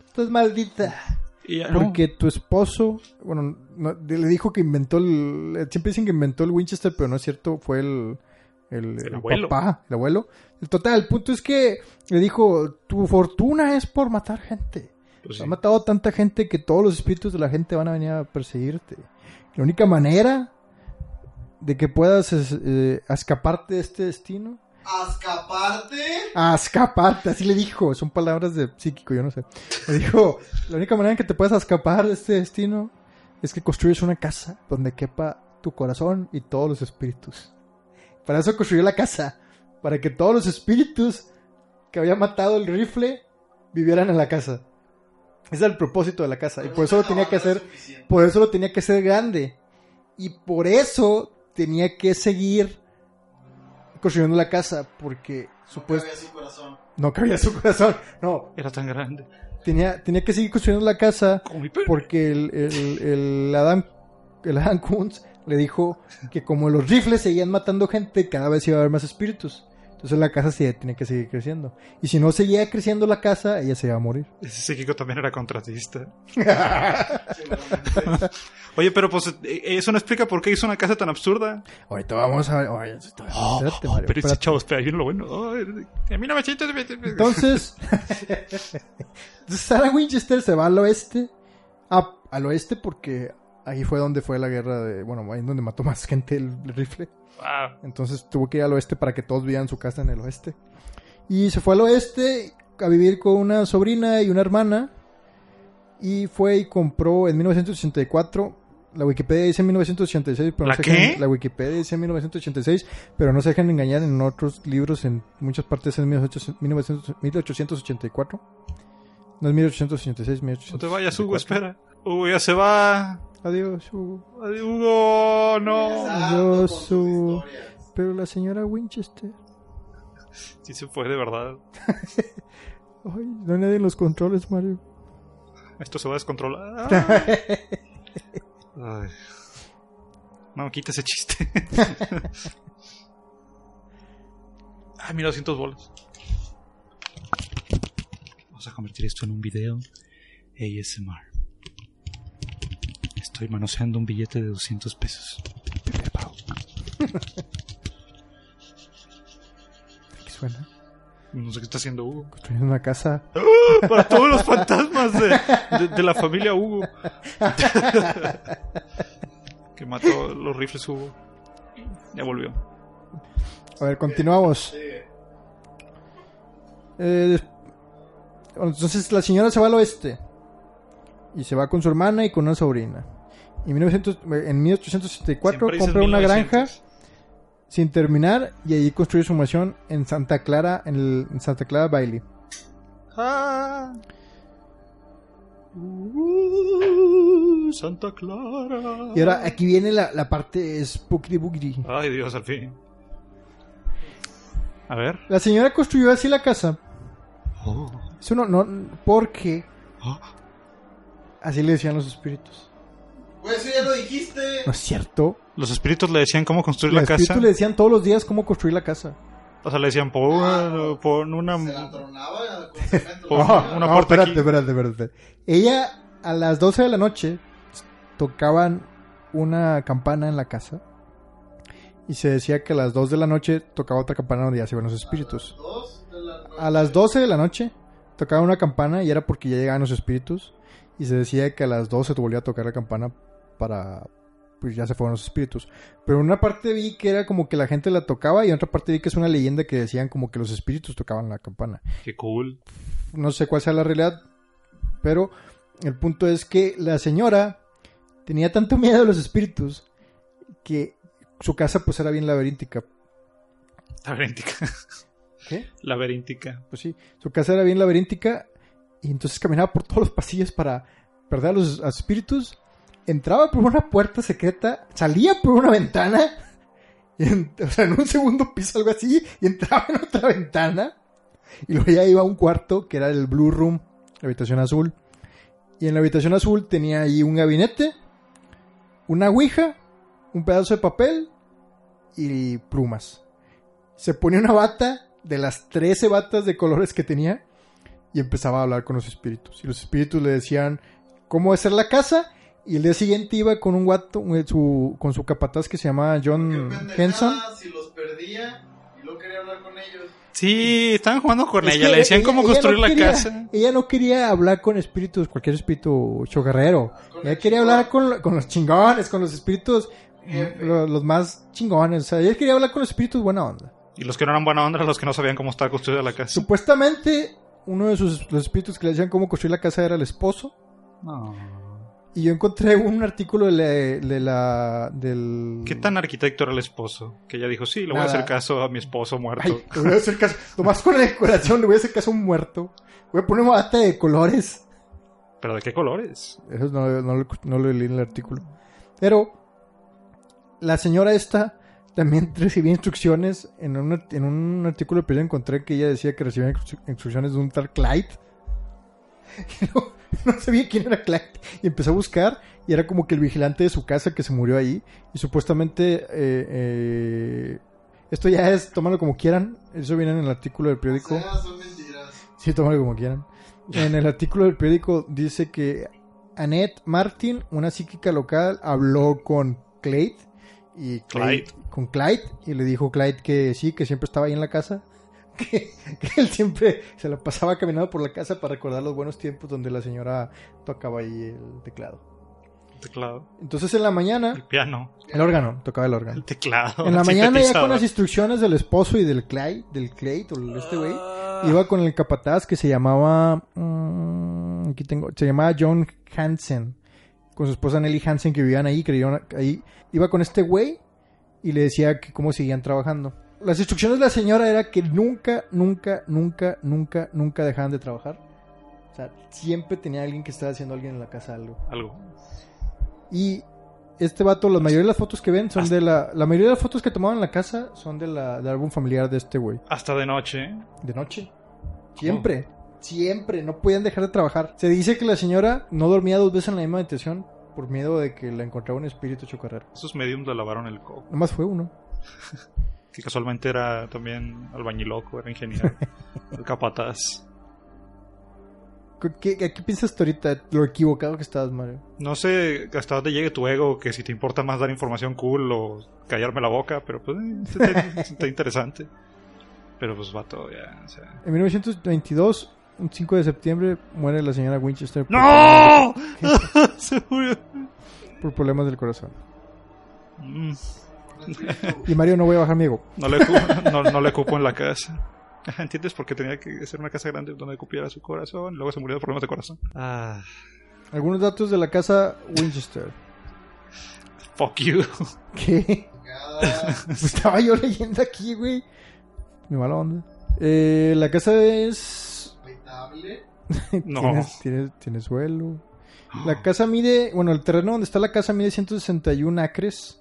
Speaker 1: estás maldita.
Speaker 3: Y ya no.
Speaker 1: Porque tu esposo, bueno, no, le dijo que inventó el, siempre dicen que inventó el Winchester, pero no es cierto, fue el, el, el
Speaker 3: abuelo.
Speaker 1: papá, el abuelo. El total, el punto es que le dijo, tu fortuna es por matar gente.
Speaker 3: Pues sí.
Speaker 1: Ha matado a tanta gente que todos los espíritus de la gente van a venir a perseguirte. La única manera de que puedas es, eh, escaparte de este destino.
Speaker 2: Azcaparte.
Speaker 1: A escaparte, así le dijo. Son palabras de psíquico, yo no sé. Le dijo, la única manera en que te puedas escapar de este destino es que construyes una casa donde quepa tu corazón y todos los espíritus. Para eso construyó la casa. Para que todos los espíritus que había matado el rifle vivieran en la casa. Ese era el propósito de la casa. Y por eso lo tenía que hacer
Speaker 2: Suficiente.
Speaker 1: por eso lo tenía que hacer grande. Y por eso tenía que seguir construyendo la casa, porque
Speaker 2: Pues.
Speaker 1: supuesto
Speaker 2: su corazón.
Speaker 1: no cabía su corazón. No,
Speaker 3: Era tan grande.
Speaker 1: tenía, tenía que seguir construyendo la casa
Speaker 3: Como mi perro.
Speaker 1: porque el, el, el Adam el Adam Kunz le dijo que como los rifles seguían matando gente, cada vez iba a haber más espíritus. Entonces la casa se tenía que seguir creciendo. Y si no seguía creciendo la casa, ella se iba a morir.
Speaker 3: Ese psíquico también era contratista.
Speaker 2: seguramente.
Speaker 3: Oye, pero pues eh, eso no explica por qué hizo una casa tan absurda.
Speaker 1: Ahorita vamos a ver. oye, Ah, espérate,
Speaker 3: Oh,
Speaker 1: Mario,
Speaker 3: pero ese
Speaker 1: espérate.
Speaker 3: chavo, espera, hay uno lo bueno. Oh, eh, a mí no me siento-
Speaker 1: Entonces, Sarah Winchester se va al oeste, a- al oeste porque ahí fue donde fue la guerra de, bueno, ahí es donde mató más gente el rifle.
Speaker 3: Ah,
Speaker 1: Entonces tuvo que ir al oeste para que todos vieran su casa en el oeste. Y se fue al oeste a vivir con una sobrina y una hermana. Y fue y compró en 1984. La Wikipedia dice 1986, pero no
Speaker 3: ¿La
Speaker 1: se
Speaker 3: qué?
Speaker 1: dejen- la Wikipedia dice 1986, pero no se dejen engañar en otros libros, en muchas partes en 1800 1900 1884. No es 1886,
Speaker 3: no
Speaker 1: 1884.
Speaker 3: te vayas, Hugo, espera. Hugo ya se va.
Speaker 1: Adiós, Hugo.
Speaker 3: Ay, Hugo, no.
Speaker 2: Empezando con
Speaker 1: Dios,
Speaker 2: sus
Speaker 1: su-
Speaker 2: historias.
Speaker 1: Pero la señora Winchester.
Speaker 3: Sí se fue, de verdad.
Speaker 1: Ay, no hay nadie en los controles, Mario.
Speaker 3: Esto se va a descontrolar. Ay. No, quita ese chiste. Ah, 1200 bolas. Vamos a convertir esto en un video ASMR. Estoy manoseando un billete de 200 pesos. Pepe Pau.
Speaker 1: ¿Qué suena?
Speaker 3: No sé qué está haciendo Hugo.
Speaker 1: Construyendo una casa.
Speaker 3: Para todos los fantasmas de, de- de la familia Hugo. que mató los rifles Hugo. Ya volvió.
Speaker 1: Eh, A ver, continuamos.
Speaker 2: Sí.
Speaker 1: Eh, entonces la señora se va al oeste. Y se va con su hermana y con una sobrina. Y en 1900 en 1874
Speaker 3: Siempre dices
Speaker 1: compra una
Speaker 3: 1900.
Speaker 1: granja sin terminar y allí construye su mansión en Santa Clara, en, el- en Santa Clara Bailey.
Speaker 3: Ah. Uh, Santa Clara.
Speaker 1: Y ahora aquí viene la, la parte spooky boogie.
Speaker 3: Ay, Dios, al fin. A ver.
Speaker 1: La señora construyó así la casa. Eso no, no, porque así le decían los espíritus.
Speaker 2: Güey, eso ya lo dijiste.
Speaker 1: No es cierto.
Speaker 3: Los espíritus le decían cómo construir
Speaker 1: Los
Speaker 3: la casa.
Speaker 1: espíritus le decían todos los días cómo construir la casa.
Speaker 3: O sea, le decían pon, pon una.
Speaker 2: Se la tronaba con cemento.
Speaker 1: Oh.
Speaker 3: Por-
Speaker 2: la señora.
Speaker 3: una puerta
Speaker 1: espérate,
Speaker 3: aquí.
Speaker 1: espérate, espérate. Ella a las 12 de la noche tocaban una campana en la casa y se decía que a las 2 de la noche tocaba otra campana donde ya se iban los espíritus.
Speaker 2: Dos de la noche.
Speaker 1: A las 12 de la noche tocaban una campana y era porque ya llegaban los espíritus y se decía que a las 12 te volvía a tocar la campana para pues ya se fueron los espíritus. Pero en una parte vi que era como que la gente la tocaba y en otra parte vi que es una leyenda que decían como que los espíritus tocaban la campana
Speaker 3: Qué cool.
Speaker 1: no sé cuál sea la realidad, pero el punto es que la señora tenía tanto miedo a los espíritus que su casa pues era bien laberíntica.
Speaker 3: Laberíntica.
Speaker 1: ¿Qué?
Speaker 3: Laberíntica.
Speaker 1: Pues sí, su casa era bien laberíntica y entonces caminaba por todos los pasillos para perder a los espíritus, entraba por una puerta secreta, salía por una ventana, y en- o sea, en un segundo piso algo así, y entraba en otra ventana. Y luego ya iba a un cuarto que era el Blue Room, la habitación azul. Y en la habitación azul tenía ahí un gabinete, una ouija, un pedazo de papel y plumas. Se ponía una bata de las 13 batas de colores que tenía y empezaba a hablar con los espíritus. Y los espíritus le decían cómo hacer la casa. Y el día siguiente iba con un guato, un- su- con su capataz que se llama John
Speaker 2: Qué pendejada,
Speaker 1: Henson.
Speaker 2: Si los perdía y luego quería hablar con ellos.
Speaker 3: Sí, estaban jugando con
Speaker 1: Es
Speaker 3: ella.
Speaker 1: que
Speaker 3: Le decían
Speaker 1: ella-
Speaker 3: cómo
Speaker 1: ella
Speaker 3: construir
Speaker 1: no
Speaker 3: la
Speaker 1: quería-
Speaker 3: casa.
Speaker 1: Ella no quería hablar con espíritus, cualquier espíritu chocarrero.
Speaker 2: Con
Speaker 1: Ella
Speaker 2: el
Speaker 1: quería
Speaker 2: chingón.
Speaker 1: hablar con, lo- con los chingones, con los espíritus
Speaker 2: Jefe.
Speaker 1: mm, lo- los, más chingones. O sea, ella quería hablar con los espíritus buena onda.
Speaker 3: Y los que no eran buena onda eran los que no sabían cómo estaba construida la casa.
Speaker 1: Supuestamente, uno de sus, los espíritus que le decían cómo construir la casa era el esposo. Y yo encontré un artículo de la, de la- del...
Speaker 3: ¿Qué tan arquitecto era el esposo? Que ella dijo, sí, le voy a
Speaker 1: Nada.
Speaker 3: hacer caso a mi esposo muerto.
Speaker 1: Ay, le voy a hacer caso. Nomás con la decoración le voy a hacer caso a un muerto. Voy a poner una bata de colores.
Speaker 3: ¿Pero de qué colores?
Speaker 1: Eso no, no lo- no lo leí en el artículo. Pero la señora esta también recibía instrucciones. En un, art- en un artículo de periódico encontré que ella decía que recibía instru- instrucciones de un tal Clyde. Y no, no sabía quién era Clyde. Y empezó a buscar. Y era como que el vigilante de su casa que se murió ahí. Y supuestamente... eh, eh, esto ya es, tómalo como quieran. Eso viene en el artículo del periódico.
Speaker 2: O sea, son mentiras.
Speaker 1: Sí, tómalo como quieran. En el artículo del periódico dice que Annette Martin, una psíquica local, habló con Clyde y Clyde-
Speaker 3: Clyde.
Speaker 1: con Clyde y le dijo Clyde que sí, que siempre estaba ahí en la casa. Que, que él siempre se la pasaba caminando por la casa para recordar los buenos tiempos donde la señora tocaba ahí el teclado.
Speaker 3: El teclado.
Speaker 1: Entonces en la
Speaker 3: El
Speaker 1: mañana,
Speaker 3: piano.
Speaker 1: el órgano, tocaba el órgano.
Speaker 3: El teclado.
Speaker 1: En la
Speaker 3: el
Speaker 1: mañana ya
Speaker 3: sintetizador.
Speaker 1: con las instrucciones del esposo y del Clyde, del Clyde o el- este güey, iba con el capataz que se llamaba mm, aquí tengo, se llamaba John Hansen, con su esposa Nelly Hansen que vivían ahí, que vivían ahí, iba con este güey y le decía que cómo seguían trabajando. Las instrucciones de la señora era que nunca, nunca, nunca, nunca, nunca dejaban de trabajar. O sea, siempre tenía alguien que estaba haciendo alguien en la casa algo.
Speaker 3: Algo.
Speaker 1: Y este vato, la mayoría de las fotos que ven son de la. La mayoría de las fotos que tomaban en la casa son de la, del álbum familiar de este güey.
Speaker 3: Hasta de noche.
Speaker 1: De noche. Siempre. Siempre. No podían dejar de trabajar. Se dice que la señora no dormía dos veces en la misma habitación por miedo de que la encontraba un espíritu chocarrero.
Speaker 3: Esos mediums le lavaron el coco.
Speaker 1: Nomás fue uno.
Speaker 3: Que casualmente era también albañiloco, era ingeniero. el capataz.
Speaker 1: ¿Qué- ¿Qué, qué piensas tú ahorita? Lo equivocado que estabas, Mario.
Speaker 3: No sé hasta dónde llegue tu ego, que si te importa más dar información cool o callarme la boca, pero pues eh, está, está- está interesante. Pero pues va todo ya, o sea.
Speaker 1: En 1922, un 5 de septiembre, muere la señora Winchester por problemas
Speaker 3: ¡No! Se murió.
Speaker 1: de- por problemas del corazón.
Speaker 3: Mm,
Speaker 2: Con espíritu.
Speaker 1: Y Mario, no voy a bajar mi ego.
Speaker 3: No le, cu- no, no le cupo en la casa. Ajá, ¿Entiendes? Porque tenía que hacer una casa grande donde cupiera su corazón. Luego se murió de problemas de corazón. Ah,
Speaker 1: Algunos datos de la casa Winchester.
Speaker 3: fuck you.
Speaker 1: ¿Qué?
Speaker 2: Cada-
Speaker 1: Pues estaba yo leyendo aquí, güey. Mi mala onda. Eh, la casa es.
Speaker 2: habitable.
Speaker 3: No.
Speaker 1: Tiene, tiene- tiene suelo. La casa mide. Bueno, el terreno donde está la casa mide 161 acres.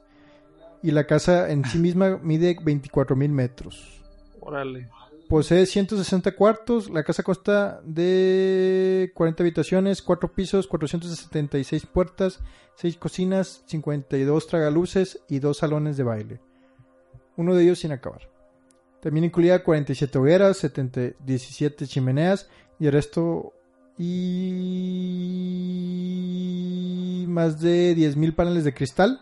Speaker 1: Y la casa en sí misma mide 24 mil metros.
Speaker 3: Órale.
Speaker 1: Posee 160 cuartos. La casa consta de 40 habitaciones, 4 pisos, 476 puertas, 6 cocinas, 52 tragaluces y 2 salones de baile. Uno de ellos sin acabar. También incluía 47 hogueras, 70 17 chimeneas y el resto y más de 10.000 paneles de cristal,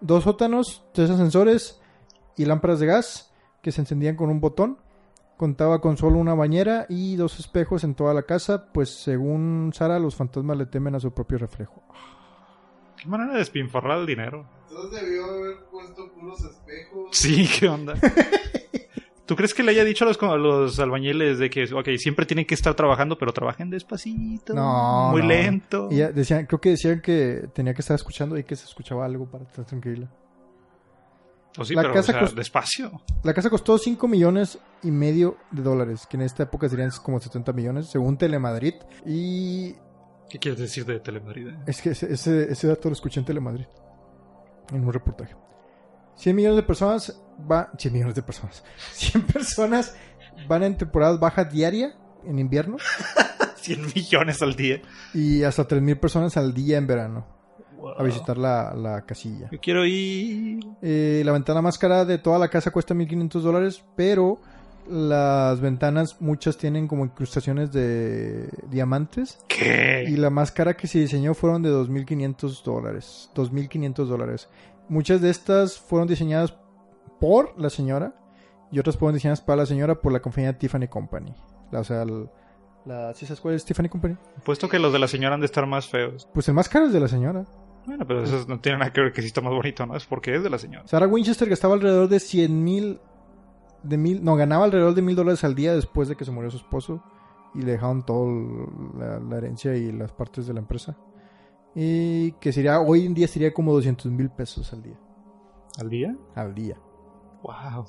Speaker 1: dos sótanos, tres ascensores y lámparas de gas que se encendían con un botón. Contaba con solo una bañera y dos espejos en toda la casa, pues según Sara los fantasmas le temen a su propio reflejo.
Speaker 3: Qué manera de despinfarrar el dinero.
Speaker 2: Entonces debió haber puesto puros espejos.
Speaker 3: Sí, ¿qué onda? ¿Tú crees que le haya dicho a los, co- a los albañiles de que, ok, siempre tienen que estar trabajando, pero trabajen despacito?
Speaker 1: No,
Speaker 3: Muy
Speaker 1: no.
Speaker 3: lento.
Speaker 1: Y ya decían, creo que decían que tenía que estar escuchando y que se escuchaba algo para estar tranquila.
Speaker 3: Pues sí,
Speaker 1: la
Speaker 3: pero,
Speaker 1: casa
Speaker 3: o sea,
Speaker 1: cost-
Speaker 3: despacio.
Speaker 1: La casa costó 5 millones y medio de dólares, que en esta época serían como 70 millones, según Telemadrid. Y
Speaker 3: ¿Qué quieres decir de Telemadrid? eh?
Speaker 1: es que ese, ese- ese dato lo escuché en Telemadrid, en un reportaje. 100 millones de personas va, 100 millones de personas, 100 personas van en temporadas baja diaria en invierno
Speaker 3: 100 millones al día.
Speaker 1: y hasta 3.000 personas al día en verano a
Speaker 3: Wow.
Speaker 1: visitar la, la casilla.
Speaker 3: Yo quiero ir.
Speaker 1: Eh, la ventana más cara de toda la casa cuesta 1500 dólares, pero las ventanas muchas tienen como incrustaciones de diamantes y
Speaker 3: ¿Qué?
Speaker 1: la más cara que se diseñó fueron de 2500 dólares, 2500 dólares. Muchas de estas fueron diseñadas por la señora y otras fueron diseñadas para la señora por la compañía Tiffany Company. La, o sea, el- la, ¿sí sabes cuál es Tiffany Company?
Speaker 3: Puesto que los de la señora han de estar más feos.
Speaker 1: Pues el más caro es de la señora.
Speaker 3: Bueno, pero eso no tiene nada que ver que si está más bonito, ¿no? Es porque es de la señora.
Speaker 1: Sarah Winchester gastaba alrededor de 100 mil, de mil, no, ganaba alrededor de mil dólares al día después de que se murió su esposo y le dejaron toda la, la herencia y las partes de la empresa. Y que sería, hoy en día sería como 200 mil pesos al día.
Speaker 3: ¿Al día?
Speaker 1: Al día.
Speaker 3: Wow.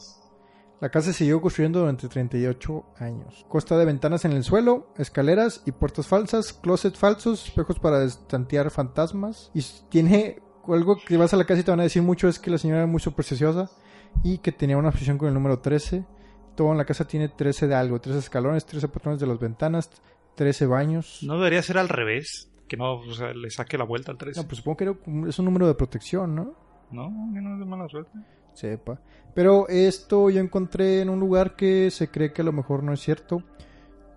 Speaker 1: La casa se siguió construyendo durante 38 años. Costa de ventanas en el suelo, escaleras y puertas falsas, closet falsos, espejos para estantear fantasmas. Y s- tiene algo que vas a la casa y te van a decir mucho es que la señora era muy supersticiosa y que tenía una obsesión con el número 13. Todo en la casa tiene 13 de algo, 13 escalones, 13 patrones de las ventanas, 13 baños.
Speaker 3: ¿No debería ser al revés? Que no o sea, le saque la vuelta al 3.
Speaker 1: No, pues supongo que era un- es un número de protección, ¿no?
Speaker 3: No, que no es de mala suerte.
Speaker 1: sepa. Pero esto yo encontré en un lugar que se cree que a lo mejor no es cierto.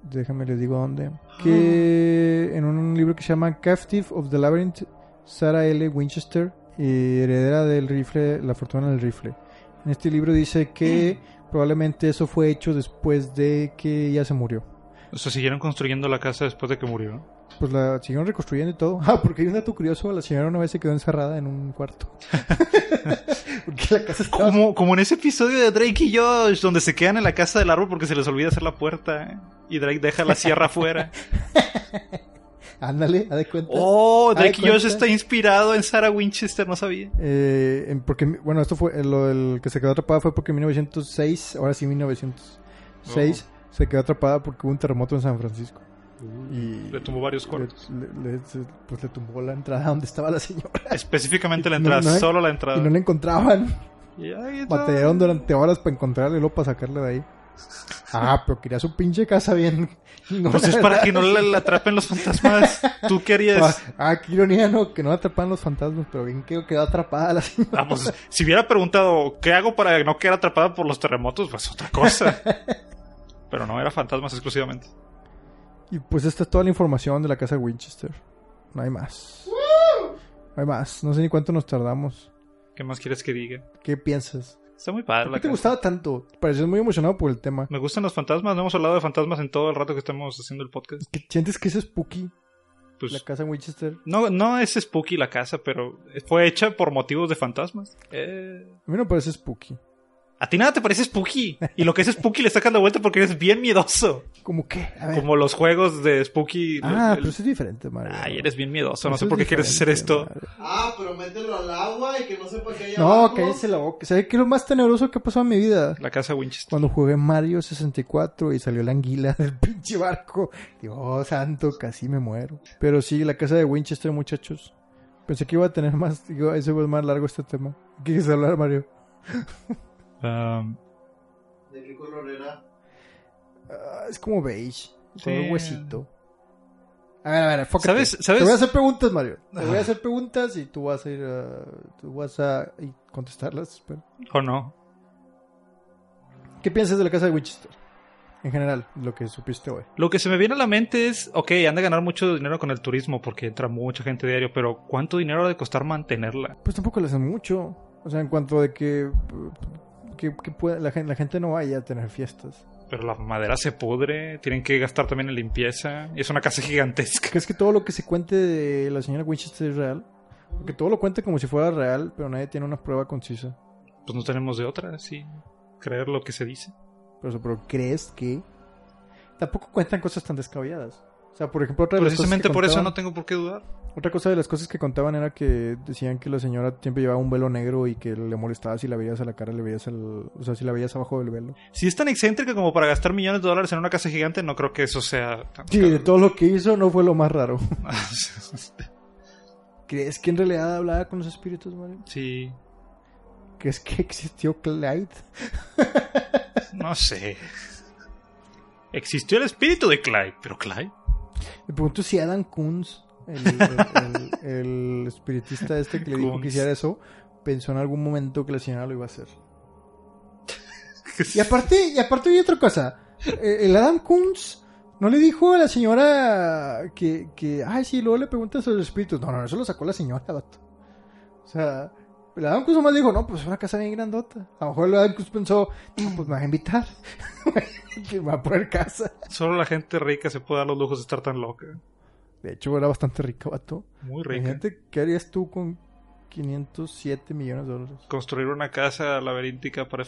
Speaker 1: Déjame les digo dónde. Que en un libro que se llama Captive of the Labyrinth, Sarah L. Winchester, eh, heredera del rifle, la fortuna del rifle. En este libro dice que probablemente eso fue hecho después de que ella se murió.
Speaker 3: O sea, siguieron construyendo la casa después de que murió.
Speaker 1: Pues la siguieron reconstruyendo y todo. Ah, porque hay un dato curioso, la señora una vez se quedó encerrada en un cuarto. porque la casa estaba
Speaker 3: Como, como en ese episodio de Drake y Josh, donde se quedan en la casa del árbol porque se les olvida hacer la puerta. ¿eh? Y Drake deja la sierra afuera.
Speaker 1: Ándale, haz de cuenta.
Speaker 3: Oh,
Speaker 1: Ay,
Speaker 3: Drake y Josh
Speaker 1: cuenta.
Speaker 3: está inspirado en Sarah Winchester, no sabía.
Speaker 1: Eh, en- porque, bueno, esto fue, eh, lo del que se quedó atrapada fue porque en 1906, ahora sí 1906, se quedó atrapada porque hubo un terremoto en San Francisco. Y
Speaker 3: Le tumbó varios
Speaker 1: le,
Speaker 3: cuartos.
Speaker 1: le- le- se- pues le tumbó la entrada donde estaba la señora
Speaker 3: Específicamente la
Speaker 1: No,
Speaker 3: entrada,
Speaker 1: no hay-
Speaker 3: solo la
Speaker 1: y
Speaker 3: entrada.
Speaker 1: no la encontraban.
Speaker 3: Y ahí está.
Speaker 1: Batallaron durante horas para encontrarla y luego para sacarla de ahí. Ah, pero quería su pinche casa bien. No,
Speaker 3: Pues es
Speaker 1: la
Speaker 3: para
Speaker 1: verdad.
Speaker 3: que no la, la atrapen los fantasmas. ¿Tú qué harías?
Speaker 1: Ah, qué ironía, no, que no la atrapaban los fantasmas, pero bien que quedó atrapada la señora.
Speaker 3: Ah, pues, si hubiera preguntado qué hago para no quedar atrapada por los terremotos, pues otra cosa. Pero no, era fantasmas exclusivamente.
Speaker 1: Y pues esta es toda la información de la casa Winchester. No hay más. No hay más. No sé ni cuánto nos tardamos.
Speaker 3: ¿Qué más quieres que diga?
Speaker 1: ¿Qué piensas?
Speaker 3: Está muy padre.
Speaker 1: ¿Por
Speaker 3: la
Speaker 1: qué te
Speaker 3: casa.
Speaker 1: gustaba tanto? Pareces muy emocionado por el tema.
Speaker 3: Me gustan los fantasmas. No hemos hablado de fantasmas en todo el rato que estamos haciendo el podcast.
Speaker 1: ¿Qué- ¿Sientes que es spooky
Speaker 3: Pues,
Speaker 1: la casa Winchester?
Speaker 3: no, no es spooky la casa, pero fue hecha por motivos de fantasmas. Eh,
Speaker 1: A mí no me parece spooky.
Speaker 3: A ti nada te parece spooky. Y lo que es spooky le sacas la vuelta porque eres bien miedoso.
Speaker 1: ¿Cómo qué? A ver.
Speaker 3: Como los juegos de spooky.
Speaker 1: Ah,
Speaker 3: el-
Speaker 1: pero eso es diferente, Mario.
Speaker 3: Ay, eres bien miedoso.
Speaker 1: Eso
Speaker 3: No sé
Speaker 1: es
Speaker 3: por qué quieres hacer
Speaker 1: diferente,
Speaker 3: esto.
Speaker 1: Mario.
Speaker 2: Ah, pero mételo al agua y que no sepa que hay
Speaker 1: No,
Speaker 2: abajo.
Speaker 1: cállese la boca. ¿Sabes qué es lo más tenebroso que ha pasado en mi vida?
Speaker 3: La casa Winchester.
Speaker 1: Cuando jugué Mario 64 y salió la anguila del pinche barco. Dios santo, casi me muero. Pero sí, la casa de Winchester, muchachos. Pensé que iba a tener más. Digo, ese fue más largo este tema. ¿Qué quieres hablar, Mario?
Speaker 3: Um,
Speaker 2: ¿De qué color era?
Speaker 1: Ah, es como beige.
Speaker 3: Sí.
Speaker 1: Con un huesito. A ver, a ver, fócate.
Speaker 3: ¿Sabes- sabes?
Speaker 1: Te
Speaker 3: Ah.
Speaker 1: voy a hacer preguntas, Mario. Te voy a hacer preguntas y tú vas a ir a... Tú vas a y contestarlas. espero.
Speaker 3: ¿O oh, no?
Speaker 1: ¿Qué piensas de la casa de Winchester? En general, lo que supiste hoy.
Speaker 3: Lo que se me viene a la mente es, ok, han de ganar mucho dinero con el turismo porque entra mucha gente diario, pero ¿cuánto dinero ha de costar mantenerla?
Speaker 1: Pues tampoco le hacen mucho. O sea, en cuanto de que, eh, que, que pueda- la, gente, la gente no vaya a tener fiestas.
Speaker 3: Pero la madera se pudre, tienen que gastar también en limpieza. Es una casa gigantesca.
Speaker 1: ¿Crees que todo lo que se cuente de la señora Winchester es real? Porque todo lo cuenta como si fuera real, pero nadie tiene una prueba concisa.
Speaker 3: Pues no tenemos de otra, sí. Creer lo que se dice.
Speaker 1: Pero, eso, pero ¿crees que? Tampoco cuentan cosas tan descabelladas. O sea, por ejemplo, otra de las cosas que
Speaker 3: Precisamente por eso
Speaker 1: contaban-
Speaker 3: no tengo por qué dudar.
Speaker 1: Otra cosa de las cosas que contaban era que decían que la señora siempre llevaba un velo negro y que le molestaba si la veías a la cara, le veías al... o sea, si la veías abajo del velo.
Speaker 3: Si es tan excéntrica como para gastar millones de dólares en una casa gigante, no creo que eso sea... tan
Speaker 1: Sí, de todo lo que hizo no fue lo más raro.
Speaker 3: caro.
Speaker 1: ¿Crees que en realidad hablaba con los espíritus, Mario?
Speaker 3: sí,
Speaker 1: ¿Crees que existió Clyde?
Speaker 3: no sé. Existió el espíritu de Clyde, pero Clyde...
Speaker 1: Me pregunto si Adam Kunz, el, el- el- el espiritista este que le dijo
Speaker 3: Kunz.
Speaker 1: que hiciera eso, pensó en algún momento que la señora lo iba a hacer. Y aparte, y aparte hay otra cosa. Eh, El Adam Kunz no le dijo a la señora que, que ay, sí, luego le preguntan sobre los espíritus. No, no, eso lo sacó la señora, vato. O sea, el Adam Kunz nomás dijo, no, pues es una casa bien grandota. A lo mejor el Adam Kunz pensó, no, pues me va a invitar. que me va a poner casa.
Speaker 3: Solo la gente rica se puede dar los lujos de estar tan loca.
Speaker 1: De hecho, era bastante rica, vato.
Speaker 3: Muy rica.
Speaker 1: Imagínate, ¿qué harías tú con 507 millones de dólares?
Speaker 3: Construir una casa laberíntica para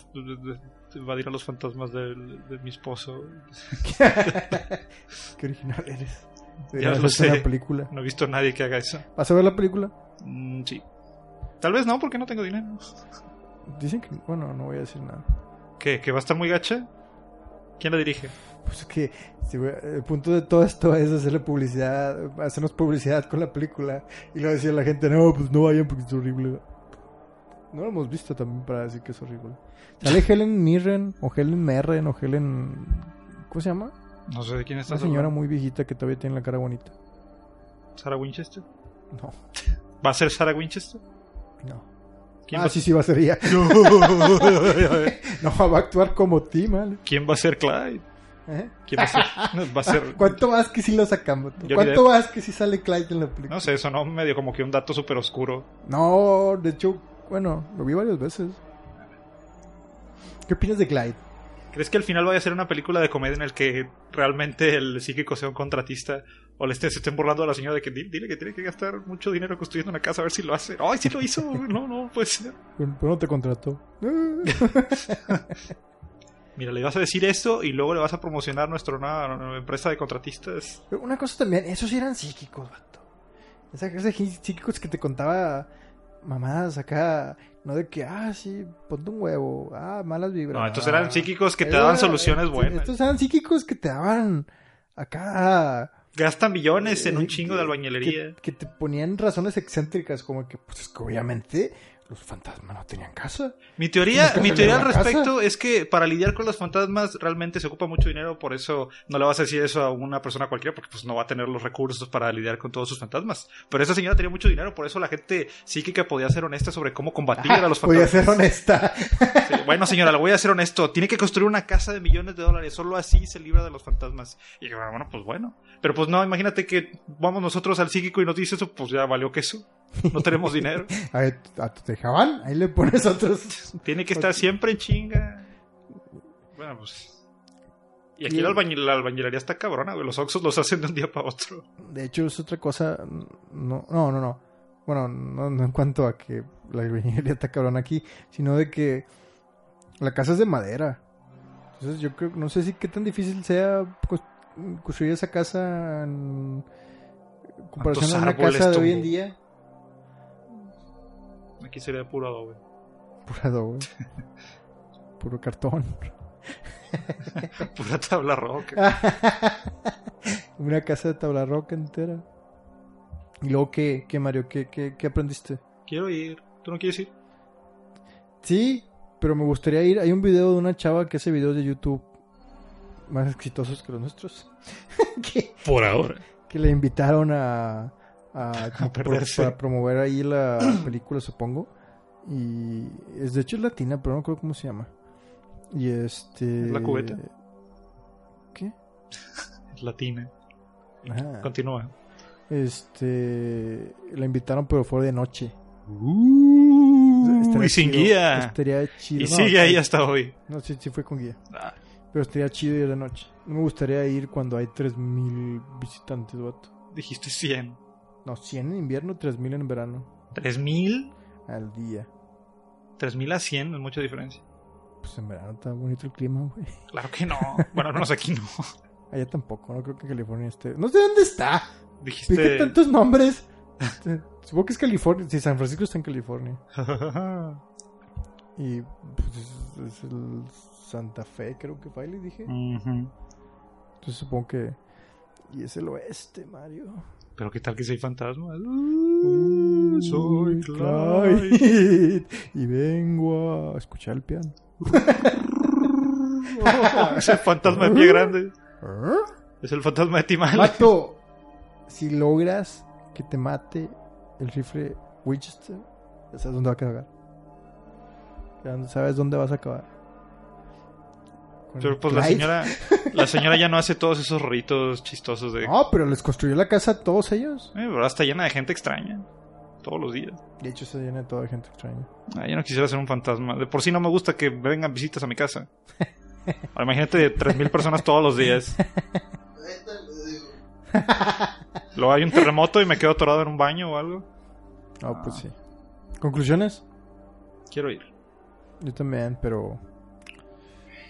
Speaker 3: invadir a los fantasmas del- de, mi esposo.
Speaker 1: Qué original eres.
Speaker 3: Ya
Speaker 1: Deberías
Speaker 3: lo
Speaker 1: hacer
Speaker 3: sé.
Speaker 1: Una película.
Speaker 3: No he visto a nadie que haga eso.
Speaker 1: ¿Vas a ver la película?
Speaker 3: Mm, sí. Tal vez no, porque no tengo dinero.
Speaker 1: Dicen que, bueno, no voy a decir nada.
Speaker 3: ¿Qué? ¿Que va a estar muy gacha? ¿Quién la dirige?
Speaker 1: Pues es que si voy- el punto de todo esto es hacerle publicidad, hacernos publicidad con la película y luego decir a la gente, no, pues no vayan porque es horrible. No lo hemos visto también para decir que es horrible. Sale Helen Mirren o Helen Merren o Helen... ¿Cómo se llama?
Speaker 3: No sé de quién está.
Speaker 1: Una señora muy viejita que todavía tiene la cara bonita.
Speaker 3: ¿Sara Winchester?
Speaker 1: No,
Speaker 3: ¿Va a ser Sara Winchester?
Speaker 1: no.
Speaker 3: ¿Quién,
Speaker 1: ah,
Speaker 3: va,
Speaker 1: sí, sí, va a ser ella. No, va a actuar como ti, mal.
Speaker 3: ¿Quién va a ser Clyde?
Speaker 1: ¿Eh?
Speaker 3: ¿Quién va a ser? va a ser-
Speaker 1: ¿Cuánto más que si lo sacamos?
Speaker 3: Johnny
Speaker 1: ¿Cuánto más que si sale Clyde en la película?
Speaker 3: No sé, eso no medio como que un dato súper oscuro.
Speaker 1: No, de hecho, bueno, lo vi varias veces. ¿Qué opinas de Clyde?
Speaker 3: ¿Crees que al final vaya a ser una película de comedia en el que realmente el psíquico sea un contratista o le esté- se estén burlando a la señora de que "Di- dile que tiene que gastar mucho dinero construyendo una casa a ver si lo hace? ¡Ay, sí lo hizo! No, no, puede ser.
Speaker 1: Pero pero no te contrató.
Speaker 3: Mira, le vas a decir esto y luego le vas a promocionar nuestra nueva nueva empresa de contratistas.
Speaker 1: Pero Una cosa también, esos sí eran psíquicos, vato. Esa clase de gen- psíquicos que te contaba mamadas acá, no de que, ah, sí, ponte un huevo, ah, malas vibras.
Speaker 3: No, estos eran psíquicos que te
Speaker 1: Era-
Speaker 3: daban soluciones
Speaker 1: estos-
Speaker 3: buenas.
Speaker 1: Estos eran psíquicos que te daban acá
Speaker 3: Gastan millones en
Speaker 1: Eh,
Speaker 3: un chingo
Speaker 1: que-
Speaker 3: de albañilería.
Speaker 1: Que, que te ponían razones excéntricas, como que, pues es que obviamente los fantasmas no tenían casa.
Speaker 3: Mi teoría,
Speaker 1: Nunca
Speaker 3: mi
Speaker 1: salió
Speaker 3: teoría
Speaker 1: de
Speaker 3: al
Speaker 1: la
Speaker 3: respecto es que para lidiar con los fantasmas realmente se ocupa mucho dinero, por eso no le vas a decir eso a una persona cualquiera, porque pues no va a tener los recursos para lidiar con todos sus fantasmas. Pero esa señora tenía mucho dinero, por eso la gente psíquica podía ser honesta sobre cómo combatir a los
Speaker 1: Podía
Speaker 3: fantasmas.
Speaker 1: ser honesta.
Speaker 3: Sí, Bueno, señora, le voy a ser honesto, tiene que construir una casa de millones de dólares, solo así se libra de los fantasmas. Y yo, ah, bueno, pues bueno. Pero pues no, imagínate que vamos nosotros al psíquico y nos dice eso, pues ya valió queso. No tenemos dinero.
Speaker 1: A ver, a tu tejaban, ahí le pones otros.
Speaker 3: Tiene que estar siempre en chinga. Bueno, pues. Y aquí
Speaker 1: Y-
Speaker 3: la, albañil- la albañilería está cabrona, güey. Los oxos los hacen de un día para otro.
Speaker 1: De hecho, es otra cosa. No, no, no. no. Bueno, no, no en cuanto a que la albañilería está cabrón aquí, sino de que La casa es de madera. Entonces yo creo, no sé si qué tan difícil sea cos- construir esa casa en comparación a una
Speaker 3: árboles
Speaker 1: casa de hoy
Speaker 3: tumbó?
Speaker 1: en día.
Speaker 3: Aquí sería puro adobe.
Speaker 1: Puro adobe. Puro cartón.
Speaker 3: Pura tabla roca.
Speaker 1: Una casa de tabla roca entera. ¿Y luego qué, qué Mario? ¿Qué, qué, qué aprendiste?
Speaker 3: Quiero ir. ¿Tú no quieres ir?
Speaker 1: Sí, pero me gustaría ir. Hay un video de una chava que hace videos de YouTube más exitosos que los nuestros. que,
Speaker 3: Por ahora.
Speaker 1: que le invitaron a, a, como pro-
Speaker 3: perderse.
Speaker 1: para promover ahí la película, supongo. Y es de hecho es latina, pero no creo cómo se llama. Y este.
Speaker 3: ¿La cubeta?
Speaker 1: ¿Qué?
Speaker 3: Es latina.
Speaker 1: Ajá.
Speaker 3: Continúa.
Speaker 1: Este. La invitaron, pero fue de noche.
Speaker 3: Uh,
Speaker 1: Estaría
Speaker 3: y sin
Speaker 1: chido,
Speaker 3: guía.
Speaker 1: Estaría chido.
Speaker 3: Y
Speaker 1: No,
Speaker 3: sigue ahí hasta hoy.
Speaker 1: No, sí, sí fue con guía.
Speaker 3: Ah,
Speaker 1: Pero estaría chido ir de noche. No me gustaría ir cuando hay 3.000 visitantes, vato.
Speaker 3: dijiste 100.
Speaker 1: No, 100 en invierno, 3.000 en verano.
Speaker 3: ¿3000?
Speaker 1: Al día.
Speaker 3: 3000 a 100 es mucha diferencia.
Speaker 1: Pues en verano está bonito el clima, güey.
Speaker 3: Claro que no. Bueno, al menos aquí no.
Speaker 1: Allá tampoco, no creo que California esté. No sé dónde está. ¿Por qué
Speaker 3: Dijiste.
Speaker 1: tantos nombres? Este, Supongo que es California. Sí, San Francisco está en California. Y pues, es, es el Santa Fe, creo que fue, le
Speaker 3: Mm.
Speaker 1: dije.
Speaker 3: Ujú.
Speaker 1: Entonces supongo que. Y es el oeste, Mario.
Speaker 3: Pero qué tal que soy fantasma. Uh, soy
Speaker 1: Uy,
Speaker 3: Clyde.
Speaker 1: Clyde. Y vengo a escuchar el piano.
Speaker 3: es el fantasma de
Speaker 1: Uh.
Speaker 3: pie grande. Es el fantasma de Timal.
Speaker 1: Mato, si logras que te mate el rifle Winchester, ya sabes dónde va a acabar. Ya sabes dónde vas a acabar. Con
Speaker 3: Pero pues la
Speaker 1: Clyde.
Speaker 3: señora, la señora ya no hace todos esos ritos chistosos de.
Speaker 1: No, pero les construyó la casa a todos ellos.
Speaker 3: Eh, pero está llena de gente extraña. Todos los días.
Speaker 1: De hecho, se llena de toda gente extraña.
Speaker 3: Ah, yo no quisiera ser un fantasma. De por sí no me gusta que vengan visitas a mi casa. Ahora imagínate 3.000 personas todos los días.
Speaker 2: Neta, les digo.
Speaker 3: Luego hay un terremoto y me quedo atorado en un baño o algo.
Speaker 1: No, pues
Speaker 3: Ah.
Speaker 1: sí. ¿Conclusiones?
Speaker 3: Quiero ir.
Speaker 1: Yo también, pero.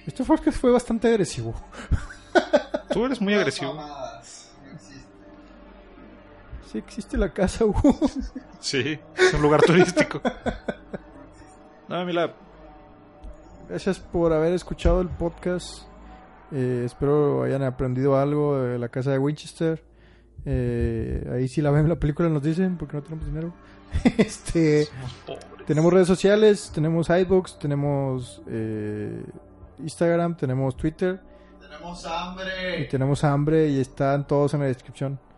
Speaker 1: Este podcast fue bastante agresivo.
Speaker 3: Tú eres muy
Speaker 2: Puras
Speaker 3: agresivo.
Speaker 2: mamadas, no existe.
Speaker 1: Sí existe la casa, uh. Hugo.
Speaker 3: Sí, es un lugar turístico. No, mira,
Speaker 1: Gracias por haber escuchado el podcast. Eh, espero hayan aprendido algo de la casa de Winchester. Eh, ahí si la ven la película nos dicen porque no tenemos dinero. este,
Speaker 3: somos pobres.
Speaker 1: tenemos redes sociales, tenemos iBooks, tenemos eh, Instagram, tenemos Twitter
Speaker 2: Tenemos
Speaker 1: y
Speaker 2: hambre.
Speaker 1: tenemos hambre y están todos en la descripción.